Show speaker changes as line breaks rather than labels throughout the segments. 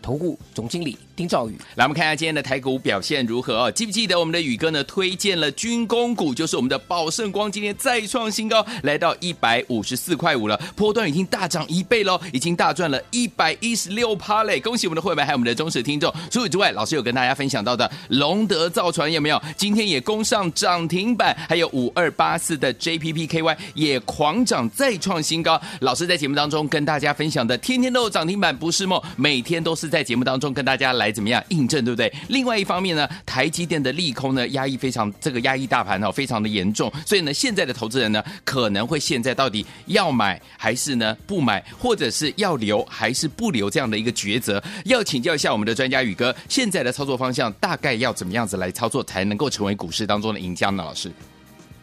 投顾总经理丁兆宇。
来，我们看一下今天的台股表现如何哦？记不记得我们的宇哥呢推荐了军工股，就是我们的宝盛光，今天再创新高，来到一百五十四块五了，波段已经大涨一倍喽，已经大赚了一百一十六趴嘞！恭喜我们的会员还有我们的忠实听众。除此之外，老师有跟大家分享到的龙德造船有没有？今天也攻上涨停板，还有五二八四的 JPPKY 也狂涨再创新高。老师在节目当中跟大家分享的，天天都有涨停板不是梦，每天都是在节目当中跟大家来怎么样印证，对不对？另外一方面呢，台积电的利空呢压抑非常这个压抑大盘哦，非常的严重，所以呢，现在的投资人呢可能会现在到底要买还是呢不买，或者是要留还是不留这样的一个抉择，要请教一下我们的专家宇哥，现在的操作方向大概要怎么样子来操作才能够成为股市当中的赢家呢？老师，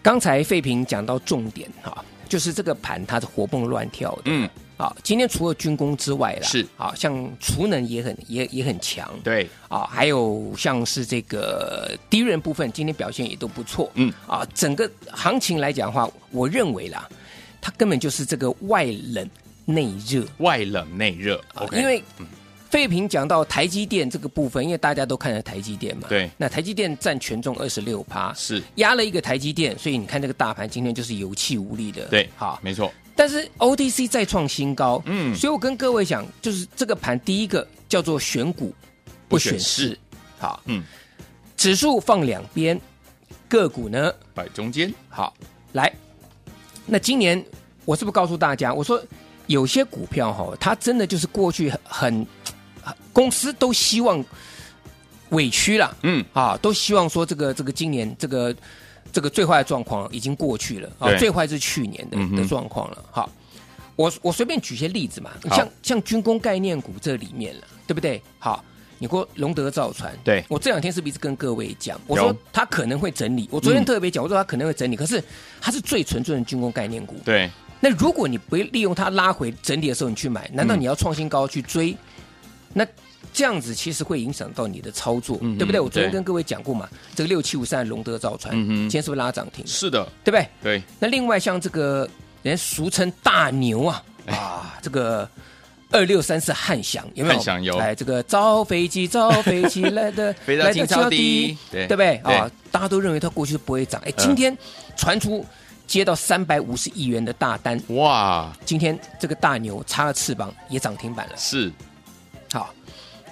刚才费平讲到重点哈、就是这个盘它是活蹦乱跳的。
嗯，
啊，今天除了军工之外啦，
是
啊，像储能也很也也很强，
对，
啊，还有像是这个低润部分，今天表现也都不错，
嗯，
啊，整个行情来讲的话，我认为啦，它根本就是这个外冷内热，
外冷内热
啊因为费平讲到台积电这个部分，因为大家都看了台积电嘛，
对
那台积电占权重二十六趴，
是
压了一个台积电，所以你看这个大盘今天就是有气无力的，
对，
好，
没错，
但是 OTC 再创新高，
嗯
嗯，所以我跟各位讲，就是这个盘第一个叫做选股
不
不
选
选
市
市，好，
嗯
嗯，指数放两边，个股呢
摆中间，
好，来，那今年我是不是告诉大家，我说有些股票哈、它真的就是过去很很很公司都希望委屈了，
嗯，
啊，都希望说这个这个今年这个这个最坏的状况已经过去了啊
对，
最坏是去年的、
嗯哼
的状况了。好，我我随便举些例子嘛，
好
像像军工概念股这里面了，对不对？好。你说龙德造船，
对
我这两天是不是一直跟各位讲？我
有
说它可能会整理，我昨天
嗯
特别讲，我说它可能会整理，可是它是最纯正的军工概念股。
对，
那如果你不利用它拉回整理的时候你去买，难道
嗯
你要创新高去追？那这样子其实会影响到你的操作，
嗯哼
对不对？我昨天
对
跟各位讲过嘛，这个六七五三龙德造船，
嗯哼
今天是不是拉涨停？
是的，
对不对？
对，
那另外像这个人家俗称大牛啊
哎
啊，这个二六三四汉翔有没有？
汉翔有
哎，这个造飞机，造飞 机来的，
飞到
来得
青
较
草地对
对不对
对嗯
啊？大家都认为它过去都不会涨，哎，今天传出接到三百五十亿元的大单，
哇，
今天这个大牛插了翅膀也涨停板了。
是，
好，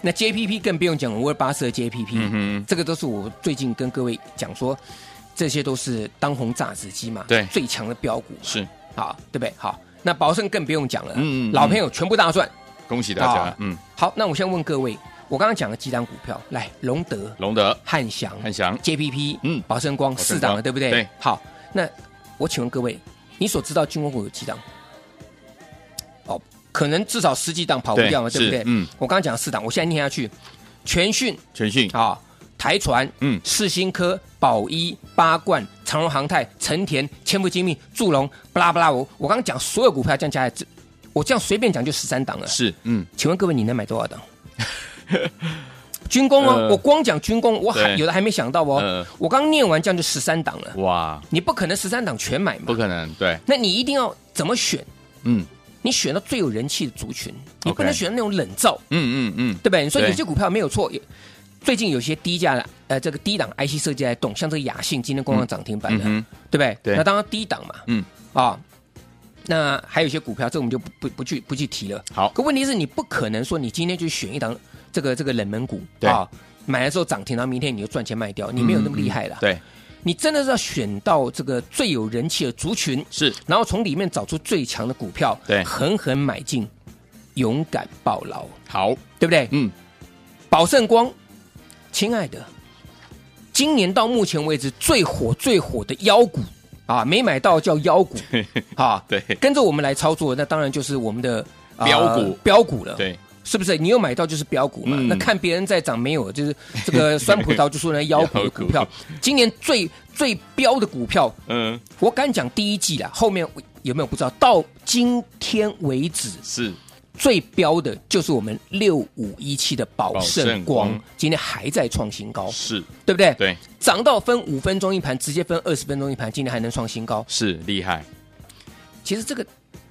那 JPP 更不用讲，五二八四的 JPP，、
嗯
这个都是我最近跟各位讲说，这些都是当红炸子鸡嘛，
对
最强的标股嘛
哼，，是，
好，对不对？好，那宝盛更不用讲了，
嗯嗯嗯
老朋友全部大赚。
恭喜大家
啊，
嗯，
好，那我先问各位，我刚刚讲了几档股票，来，隆德、
龙德、
汉翔、
汉翔，
JPP，
嗯
嗯，宝盛光
宝盛光
四档了，对不对？
对。
好，那我请问各位，你所知道军工股有几档？哦，可能至少十几档跑不掉嘛，
对
对不
是
对？
嗯
嗯。我刚刚讲了四档，我现在念下去，全讯
全讯，
啊、台船、
嗯
嗯、世新科、宝一、八冠、长荣航太、成田、千富精密、祝融、巴拉巴拉。我我刚刚讲所有股票这样加起来，这我这样随便讲就十三档了。
是，嗯，
请问各位，你能买多 少档？军工哦，
呃
我光讲军工，我还
对
有的还没想到哦。
呃
我刚念完，这样就十三档了。
哇，
你不可能十三档全买
不
嘛？
可能，对，
那你一定要怎么选？
嗯
你选到最有人气的族群，你
OK
不能选那种冷灶，
嗯嗯嗯，
对不对？你说
对
有些股票没有错，有最近有些低价的，呃，这个低档 IC 设计在动，像这个雅信今天光上涨停板
嗯
了，
哼，
对啊不对？
对
那当然低档嘛，
嗯，
啊、那还有一些股票，这我们就不不不去不去提了。
好
可问题是你不可能说你今天去选一档这个这个冷门股哦
对嗯
买了之后涨停，然后明天你就赚钱卖掉，你没有那么厉害啦。啊
对，
你真的是要选到这个最有人气的族群，
是
然后从里面找出最强的股票，
对
狠狠买进，勇敢抱牢，
好，
对不对？
嗯，
宝盛光，亲爱的，今年到目前为止最火最火的妖股啊，没买到叫 妖股啊，
对
跟着我们来操作，那当然就是我们的、啊
标股
标股了，。
对，
是不是？你有买到就是标股嘛？
嗯
那看别人在涨没有，就是这个酸葡萄就说人家妖股
妖
的
股
股票，今年最最标的股票，
嗯，
我敢讲第一季啦，后面有没有不知道？到今天为止，
是
最标的就是我们六五一七的
宝
宝盛光
盛光，
今天还在创新高，
是，
对不对？
对，
涨到分五分钟一盘，直接分二十分钟一盘，今天还能创新高。
是厉害，
其实这个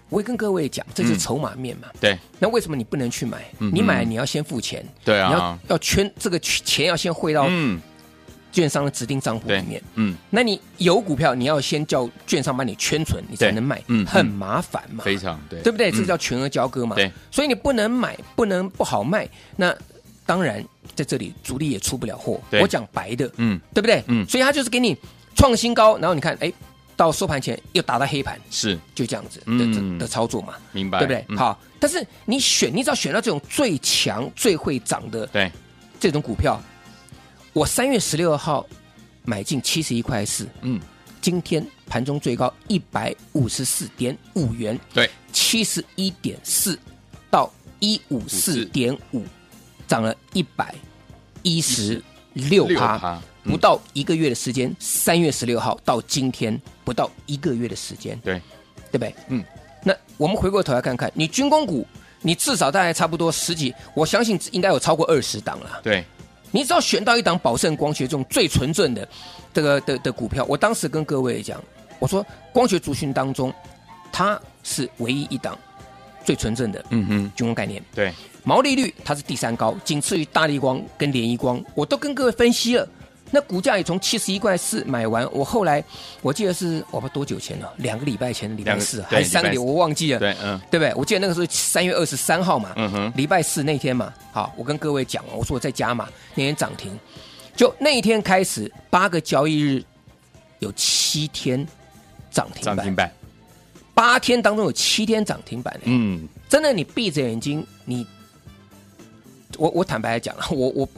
我也跟各位讲，这是筹码面嘛。
对，
那为什么你不能去买？
嗯
你买你要先付钱，
对
你
啊
要，要圈这个钱要先汇到
嗯，
券商的指定账户里
对
面。，
嗯，
那你有股票，你要先叫券商帮你圈存，你才
对
能买，
嗯
很
嗯
麻烦嘛，
非常对，
对不对？这
嗯
个叫全额交割嘛。
对，
所以你不能买，不能不好卖。那当然，在这里主力也出不了货。
对
我讲白的，
嗯，
对不对？
嗯
所以他就是给你创新高，然后你看，哎，到收盘前又打到黑盘，
是
就这样子的、
嗯
的的操作嘛，
明白，
对不对？
嗯，
好，但是你选，你只要选到这种最强、最会涨的
对，
这种股票，我三月十六号买进七十一块四，
嗯，
今天盘中最高一百五十四点五元，
对，
七十一点四到一五四点五，涨了一百一十六趴
趴，嗯
不到一个月的时间，三月十六号到今天不到一个月的时间，
对，
对不对？
嗯，
那我们回过头来看看，你军工股，你至少大概差不多十几，我相信应该有超过二十档了。
对，
你只要选到一档宝盛光学这种最纯正的这个的的股票，我当时跟各位讲，我说光学族群当中，它是唯一一档最纯正的
嗯哼，
军工概念，
对，
毛利率它是第三高，仅次于大力光跟联益光，我都跟各位分析了。那股价也从七十一块四买完，我后来我记得是我不多久前了，两个礼拜前，礼
两
拜
个
四
对
还是三个
礼
礼
拜
拜，
四
我忘记了。
对，嗯，
对不对？我记得那个时候三月二十三号嘛，
嗯哼
礼拜四那天嘛，好，我跟各位讲，哦我说我在家嘛，那天涨停，就那一天开始，八个交易日有七天涨停
涨
板，
停板，
八天当中有七天涨停板、欸
嗯，
真的，你闭着眼睛，你，我我坦白来讲，啊 我我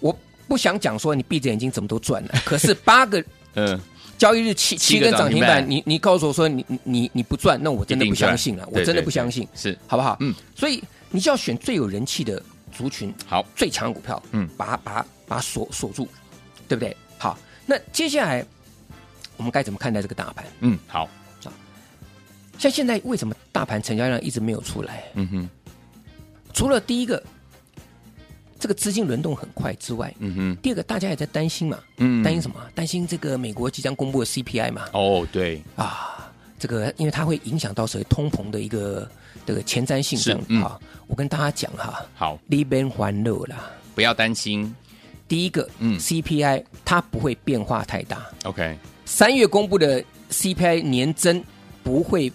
我不想讲说你闭着眼睛怎么都赚 了，可是八个
嗯，
交易日七
七
七
个
根涨
涨
停
停
板
板，
你你告诉我说你你你你不赚，那我真的
一定
不
赚
相信了，我
对
真的
对
不相信。
是，
好不好？
嗯，
所以你就要选最有人气的族群，
好，
最强的股票，
嗯
把它把它把它锁锁住，对不对？好，那接下来我们该怎么看待这个大盘？
嗯，好，
像现在为什么大盘成交量一直没有出来？
嗯哼，
除了第一个，这个资金轮动很快之外，
嗯哼，
第二个大家也在担心嘛，
嗯
担心什么？担心这个美国即将公布的 CPI 嘛，
哦，对，
啊，这个因为它会影响到所谓通膨的一个这个前瞻性
是
这样
嗯
啊。我跟大家讲哈，
好，
里边还漏啦。
不要担心
第一个，
嗯
嗯，CPI 它不会变化太大，
，OK，
三月公布的 CPI 年增不会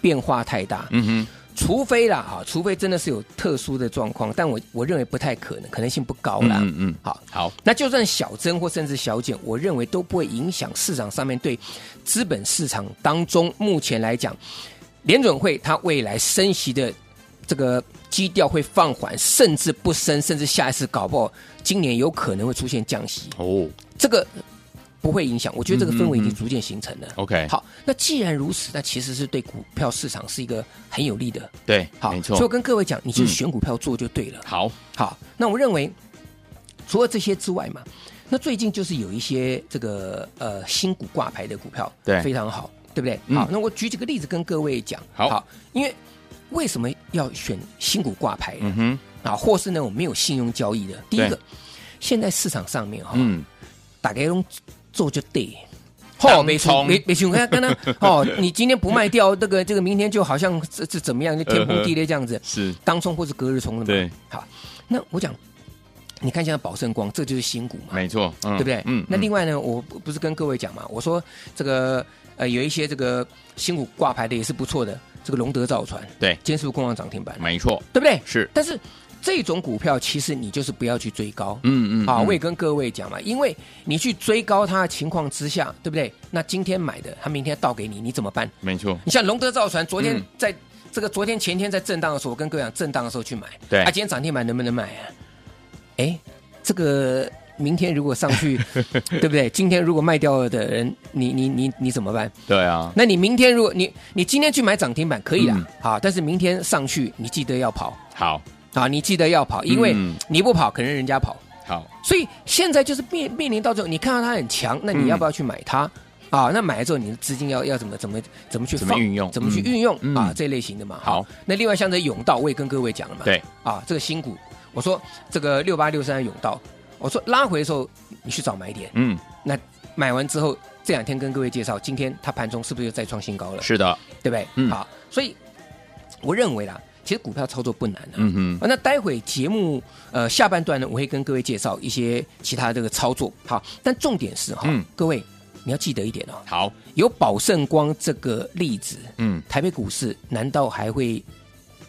变化太大，
嗯哼，
除非啦哈，除非真的是有特殊的状况，但我我认为不太可能，可能性不高啦。
嗯嗯，
好，
好，
那就算小增或甚至小减，我认为都不会影响市场上面对资本市场当中目前来讲，联准会它未来升息的这个基调会放缓，甚至不升，甚至下一次搞不好今年有可能会出现降息，
哦
这个不会影响。我觉得这个氛围已
嗯嗯哎
经逐渐形成了。
，OK，，
好，那既然如此，那其实是对股票市场是一个很有利的。
对，
好，
没
所以我
错，
跟各位讲，你就
嗯
选股票做就对了。
好，
好，那我认为除了这些之外嘛，那最近就是有一些这个呃新股挂牌的股票，
对
非常好，对不对？
嗯
好，那我举几个例子跟各位讲，
好
因为为什么要选新股挂牌呢
嗯哼，
啊，或是呢我们没有信用交易的？第一
对
个，现在市场上面哈、
嗯，
大概用做就对。
当
哦，没错，
冲
没没想看，刚刚 哦，你今天不卖掉，这个这个明天就好像这这怎么样，就天崩地裂这样子。
是，
当冲或是隔日冲的嘛。
对，
好，那我讲，你看现在宝盛光，这就是新股嘛，
没错，嗯
对不对？
嗯，
那另
外，
外呢，我不不是跟各位讲嘛，我说这个呃，有一些这个新股挂牌的也是不错的，这个龙德造船，
对
今天是不是攻上涨停板？
没错，
对不对？
是，
但是这种股票其实你就是不要去追高。
嗯嗯
啊，
嗯
我也跟各位讲嘛，因为你去追高它的情况之下，对不对？那今天买的，它明天倒给你，你怎么办？
没错，
你像龙德造船，昨天
嗯
在、这个昨天前天在震荡的时候，我跟各位讲，震荡的时候去买，
对
啊，今天涨停板能不能买啊？哎，这个明天如果上 去，对不对？今天如果卖掉的人，你你你你怎么办？
对啊，
那你明天如果你你今天去买涨停板可以啦
嗯，
好，但是明天上去你记得要跑
好
啊，你记得要跑，因为
嗯
你不跑，可能人家跑。
好，
所以现在就是面面临到这种，你看到它很强，那
嗯
你要不要去买它？啊，那买了之后，你的资金要要怎么怎么怎么去
怎
放
么运用
怎么去
嗯
运用、
嗯
啊？这类型的嘛。
好
啊，那另外像这甬道，我也跟各位讲了嘛。
对，
啊，这个新股，我说这个六八六三的甬道，我说拉回的时候你去找买点，
嗯，
那买完之后这两天跟各位介绍，今天它盘中是不是又再创新高了？
是的，
对不对？
嗯
好，所以我认为啦，其实股票操作不难啊。
嗯哼，
啊那待会节目呃下半段呢，我会跟各位介绍一些其他这个操作。好，但重点是哈，
嗯
各位你要记得一点哦，
好，
有宝盛光这个例子，
嗯，
台北股市难道还会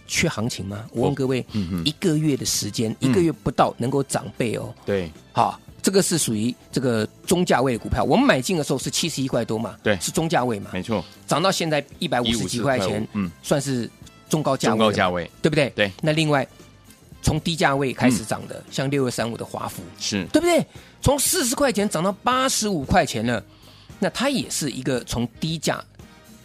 缺行情吗？我问各位，
嗯哼嗯
一个月的时间，一个月不到能够涨倍哦。
对，
好，这个是属于这个中价位的股票，我们买进的时候是七十一块多嘛，
对
是中价位嘛，
没错，
涨到现在一百五十几块钱，
嗯，
算是中高价位
中
了，
高价位
对不对？
对
那另外，从低价位开始涨的，像六二三五的华孚，
是，
对不对？从四十块钱涨到八十五块钱了，那它也是一个从低价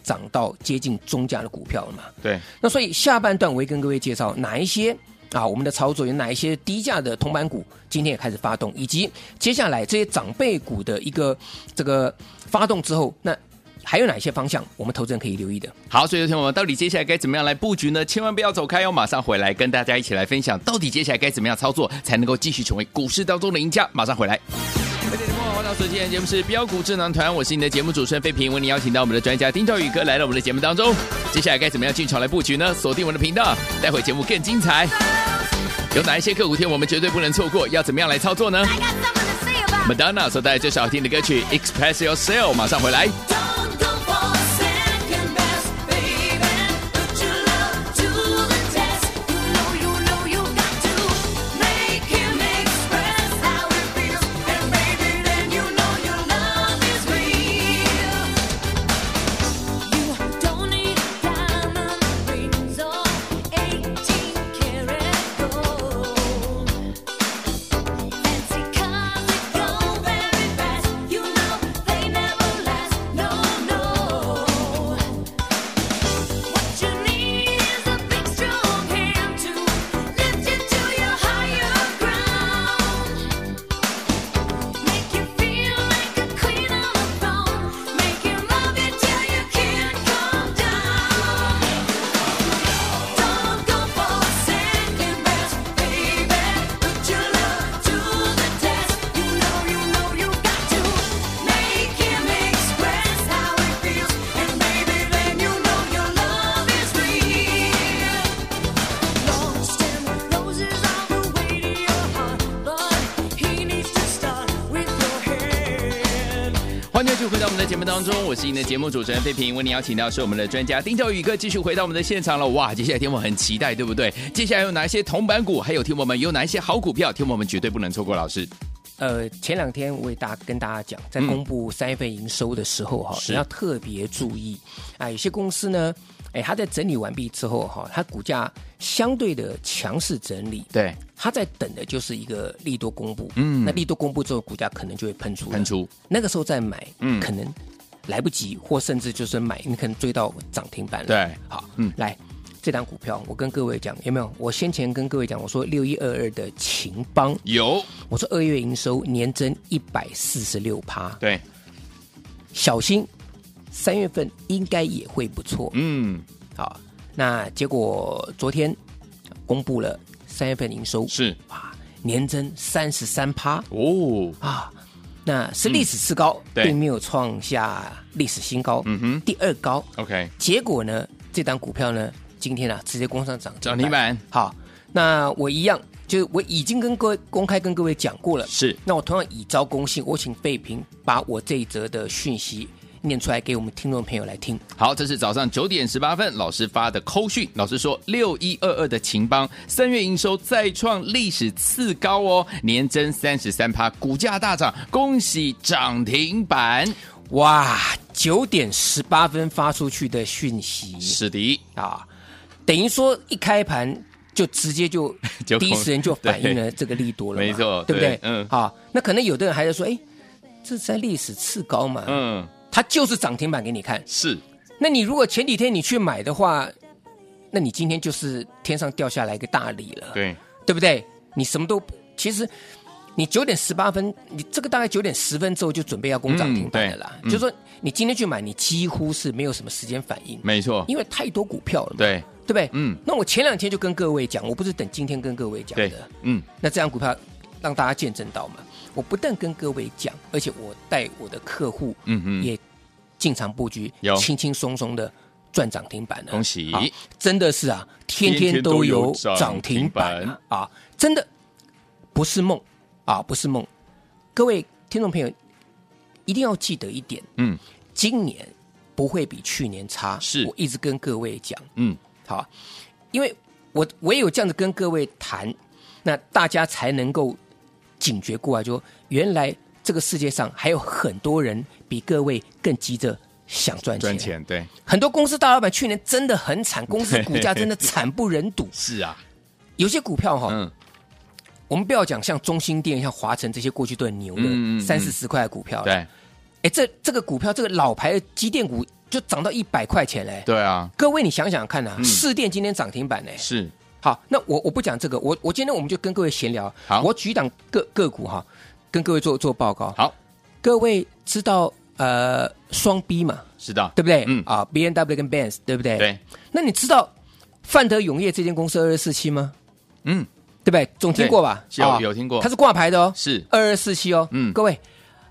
涨到接近中价的股票了嘛。
对，
那所以下半段我会跟各位介绍哪一些啊，我们的操作有哪一些低价的铜板股今天也开始发动，以及接下来这些长辈股的一个这个发动之后，那还有哪一些方向我们投资人可以留意的？
好，所以有听我们到底接下来该怎么样来布局呢？千万不要走开哦，马上回来跟大家一起来分享，到底接下来该怎么样操作才能够继续成为股市当中的赢家？马上回来。各位观众，所今天的节目是标股智囊团，我是你的节目主持人费平，为你邀请到我们的专家丁兆宇哥来到我们的节目当中。接下来该怎么样进场来布局呢？锁定我们的频道，待会节目更精彩。有哪一些个股天我们绝对不能错过？要怎么样来操作呢？Madonna 所带来这首好听的歌曲《Express Yourself》，马上回来。
Don't go for second best, baby. Put your love to the test. You know, you know, you got to make him express how it feels, and baby, then you know your love is real. You don't need diamond rings or 18 karat gold. Fancy cars go very fast. You know they never last. No, no. What you need is a big strong hand to lift you to your higher ground. Make you feel like a queen on a throne. Make you love you till you can't come down. Don't go for second best, baby. Put your love to the test. You know, you know, you got to make him express how it feels, and baby, then you know your love is real. Lost and roses on the way to your heart, but he needs to start with your hand.
欢迎继续回到我们的节目当中，我是您的节目主持人费平，为您邀请到是我们的专家丁兆宇哥，继续回到我们的现场了。哇，接下来天我很期待，对不对？接下来有哪一些铜板股，还有天我们有哪一些好股票，天我们绝对不能错过。老师，
呃，前两天我也大跟大家讲，在
嗯
公布三月份营收的时候哈、
是
你要特别注意啊，有些公司呢，哎，它在整理完毕之后哈、它股价相对的强势整理，
对，
它在等的就是一个利多公布，
嗯
那利多公布之后，股价可能就会喷出，
喷，出，
那个时候再买，
嗯
可能来不及，或甚至就是买，你可能追到涨停板了，
对
好，
嗯
嗯，来。这档股票，我跟各位讲，有没有？我先前跟各位讲，我说六一二二的秦邦，
有，
我说二月营收年增一百四十六趴，
对，
小心三月份应该也会不错。
嗯，
好，那结果昨天公布了三月份营收
是，
啊，年增三十三趴
哦，
啊，那是历史次高，
嗯对
并没有创下历史新高，
嗯哼
第二高。
，OK，
结果呢，这档股票呢，今天啊直接攻上涨停
涨停板
好，那我一样，就是我已经跟各位公开跟各位讲过了，
是
那我同样以招公信，我请费平把我这一则的讯息念出来给我们听众朋友来听。
好，这是早上九点十八分老师发的扣讯。老师说，六一二二的秦邦三月营收再创历史次高哦，年增三十三趴，股价大涨，恭喜涨停板。
哇，九点十八分发出去的讯息
史迪
啊，等于说一开盘就直接就
就
第一时间就反映了这个利多了嘛，
没错
对不对
对？嗯
好，那可能有的人还在说，哎，这在历史次高嘛，
嗯，
它就是涨停板给你看。
是
那你如果前几天你去买的话，那你今天就是天上掉下来一个大礼了，
对，
对不对？你什么都其实你九点十八分，你这个大概九点十分之后就准备要攻涨停板的啦。
嗯对嗯
就说你今天去买，你几乎是没有什么时间反应，
没错，
因为太多股票了嘛，
对
对不对？
嗯
那我前两天就跟各位讲，我不是等今天跟各位讲
对
的。，
嗯，
那这样股票让大家见证到嘛？我不但跟各位讲，而且我带我的客户，
嗯嗯
也进场布局
有，
轻轻松松的赚涨停板了。
恭喜
啊真的是啊，天天都有涨停板
天天都有涨停
啊啊真的不是梦啊，不是梦。各位听众朋友，一定要记得一点，
嗯
今年不会比去年差。
是
我一直跟各位讲，
嗯，
好，因为我我也有这样子跟各位谈，那大家才能够警觉过来就，说原来这个世界上还有很多人比各位更急着想赚钱。
赚钱对，
很多公司大老板去年真的很惨，公司 股价真的惨不忍睹。
是啊，
有些股票哈、
嗯，
我们不要讲像中兴电、像华晨这些过去都很牛
嗯嗯嗯
的三四十块的股票，，
对
哎，这这个股票这个老牌的机电股就涨到一百块钱嘞。
对啊，
各位，你想想看啊，
嗯
市电今天涨停板呢。
是
好，那我我不讲这个，我我今天我们就跟各位闲聊。
好
我举档个个股哈，跟各位做做报告。
好，
各位知道呃双 B 嘛，
是的，
对不对？
嗯
啊，B N W 跟 Benz 对不对？
对，
那你知道范德永业这间公司二二四七吗？
嗯，
对不对？总听过吧？
对有
啊
有听过
它是挂牌的哦，
是
二二四七哦。
嗯
各位，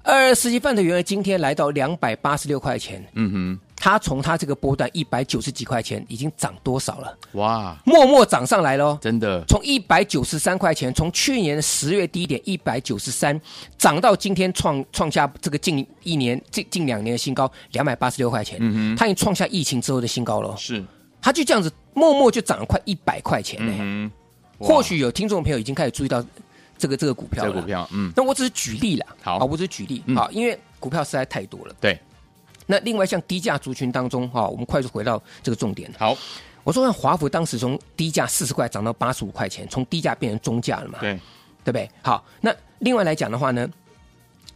二二四七范德永业今天来到两百八十六块钱，
嗯
它从它这个波段一百九十几块钱已经涨多少了？
哼，哇，
默默涨上来哦喽。
真的，
从一百九十三块钱，从去年十月低点一百九十三涨到今天创创下这个近一年、近近两年的新高两百八十六块钱，嗯它已经创下疫情之后的新高了哦。
是，
它就这样子默默就涨了快一百块钱呢、
嗯哼，哇
或许有听众朋友已经开始注意到这个这个股票
这
了。
股，票，嗯，
那我只是举例啦。
好
啊我只是举例
嗯
啊，因为股票实在太多了。
对，
那另外像低价族群当中哈、啊我们快速回到这个重点。
好，
我说像华孚当时从低价四十块涨到八十五块钱，从低价变成中价了嘛，
对，
对不对？好，那另外来讲的话呢，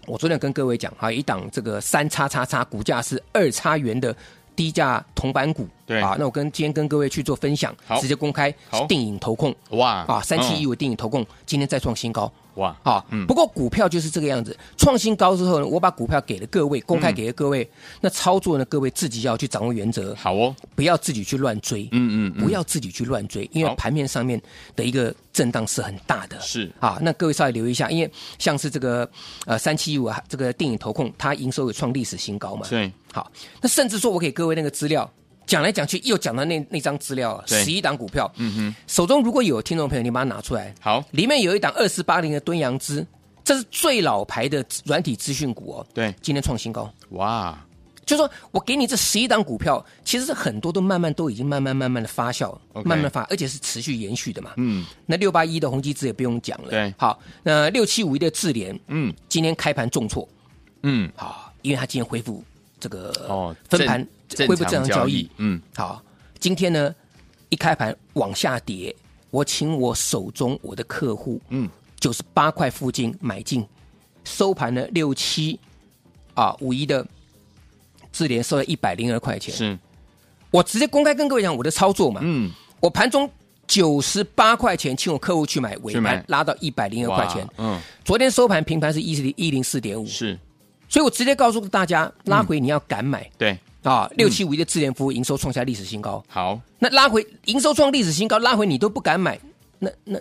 我昨天有跟各位讲哈，有一档这个三叉叉叉股价是二叉元的低价铜板股，
对
啊，那我跟今天跟各位去做分享
好，
直接公开
好
是定影投控
哇，
啊，三七一
五，
五定影投控今天再创新高。
哇，
啊，
嗯
不过股票就是这个样子，创新高之后呢，我把股票给了各位，
嗯
公开给了各位，那操作呢，各位自己要去掌握原则，
好哦，
不要自己去乱追，
嗯嗯嗯
不要自己去乱追，因
好
为盘面上面的一个震荡是很大的。
是
啊，那各位稍微留意一下，因为像是这个呃三七一五啊，这个电影投控，它营收有创历史新高嘛。
对，
好，那甚至说我给各位那个资料。讲来讲去又讲到那那张资料啊，
对
十一档股票，嗯哼，手中如果有听众朋友，你把它拿出来，
好
里面有一档二四八零的敦洋资，这是最老牌的软体资讯股哦，
对
今天创新高，
哇，
就说我给你这十一档股票，其实很多都慢慢都已经慢慢慢慢的发酵
OK
慢慢发，而且是持续延续的嘛。
嗯，
那六八一的宏基资也不用讲了，
对
好，那六七五一的智联，
嗯
今天开盘重挫
嗯，
啊，因为它今天恢复这个
哦
分盘、
正
恢复
正
正
常
常
交
交
易
易，
嗯，
好，今天呢一开盘往下跌，我请我手中我的客户，
嗯，
九十八块附近买进，收盘呢六七啊五一的智联收了一百零二块钱，
是，
我直接公开跟各位讲我的操作嘛，
嗯，
我盘中九十八块钱请我客户去买，尾
买
盘拉到一百零二
哇
块钱，
嗯，
昨天收盘平盘是一零一零四点五，
是，嗯
所以我直接告诉大家，拉回你要敢买、
对，
啊！六七五一的智联服务营收创下历史新高，
好，
那拉回营收创历史新高，拉回你都不敢买，那那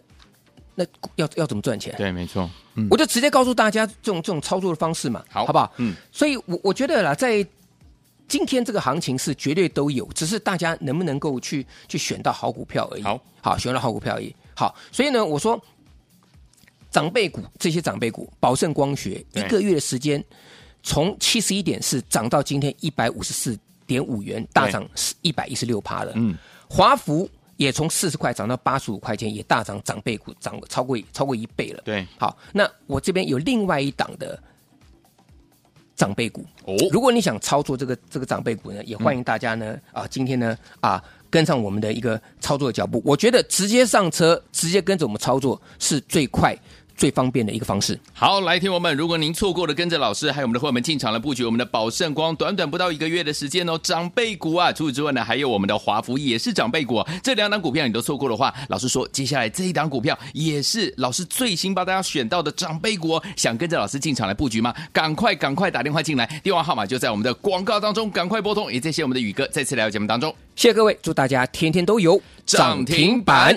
那要要怎么赚钱？
对，没错，嗯，
我就直接告诉大家这种这种操作的方式嘛，
好
好不好？
嗯
嗯，所以我我觉得啦，在今天这个行情是绝对都有，只是大家能不能够去去选到好股票而已。
好，
好，选到好股票而已。好，所以呢，我说长辈股这些长辈股，宝盛光学
对
一个月的时间，从七十一点四涨到今天一百五十四点五元，大
对
涨一百一十六趴了。
嗯，
华孚也从四十块涨到八十五块钱，也大涨涨倍股，涨超过超过一倍了。
对
好，那我这边有另外一档的长辈股
哦嗯
如果你想操作这个这个长辈股呢，也欢迎大家呢、啊，今天呢啊跟上我们的一个操作的脚步。我觉得直接上车，直接跟着我们操作是最快。最方便的一个方式，
好，来，听友们，如果您错过了跟着老师还有我们的伙伴们进场了布局我们的宝盛光，短短不到一个月的时间哦，长辈股啊。除此之外呢，还有我们的华孚也是长辈股、哦，这两档股票你都错过的话，老师说接下来这一档股票也是老师最新帮大家选到的长辈股哦。想跟着老师进场来布局吗？赶快赶快打电话进来，电话号码就在我们的广告当中，赶快拨通。也谢谢我们的宇哥再次来到节目当中，
谢谢各位，祝大家天天都有
涨停板。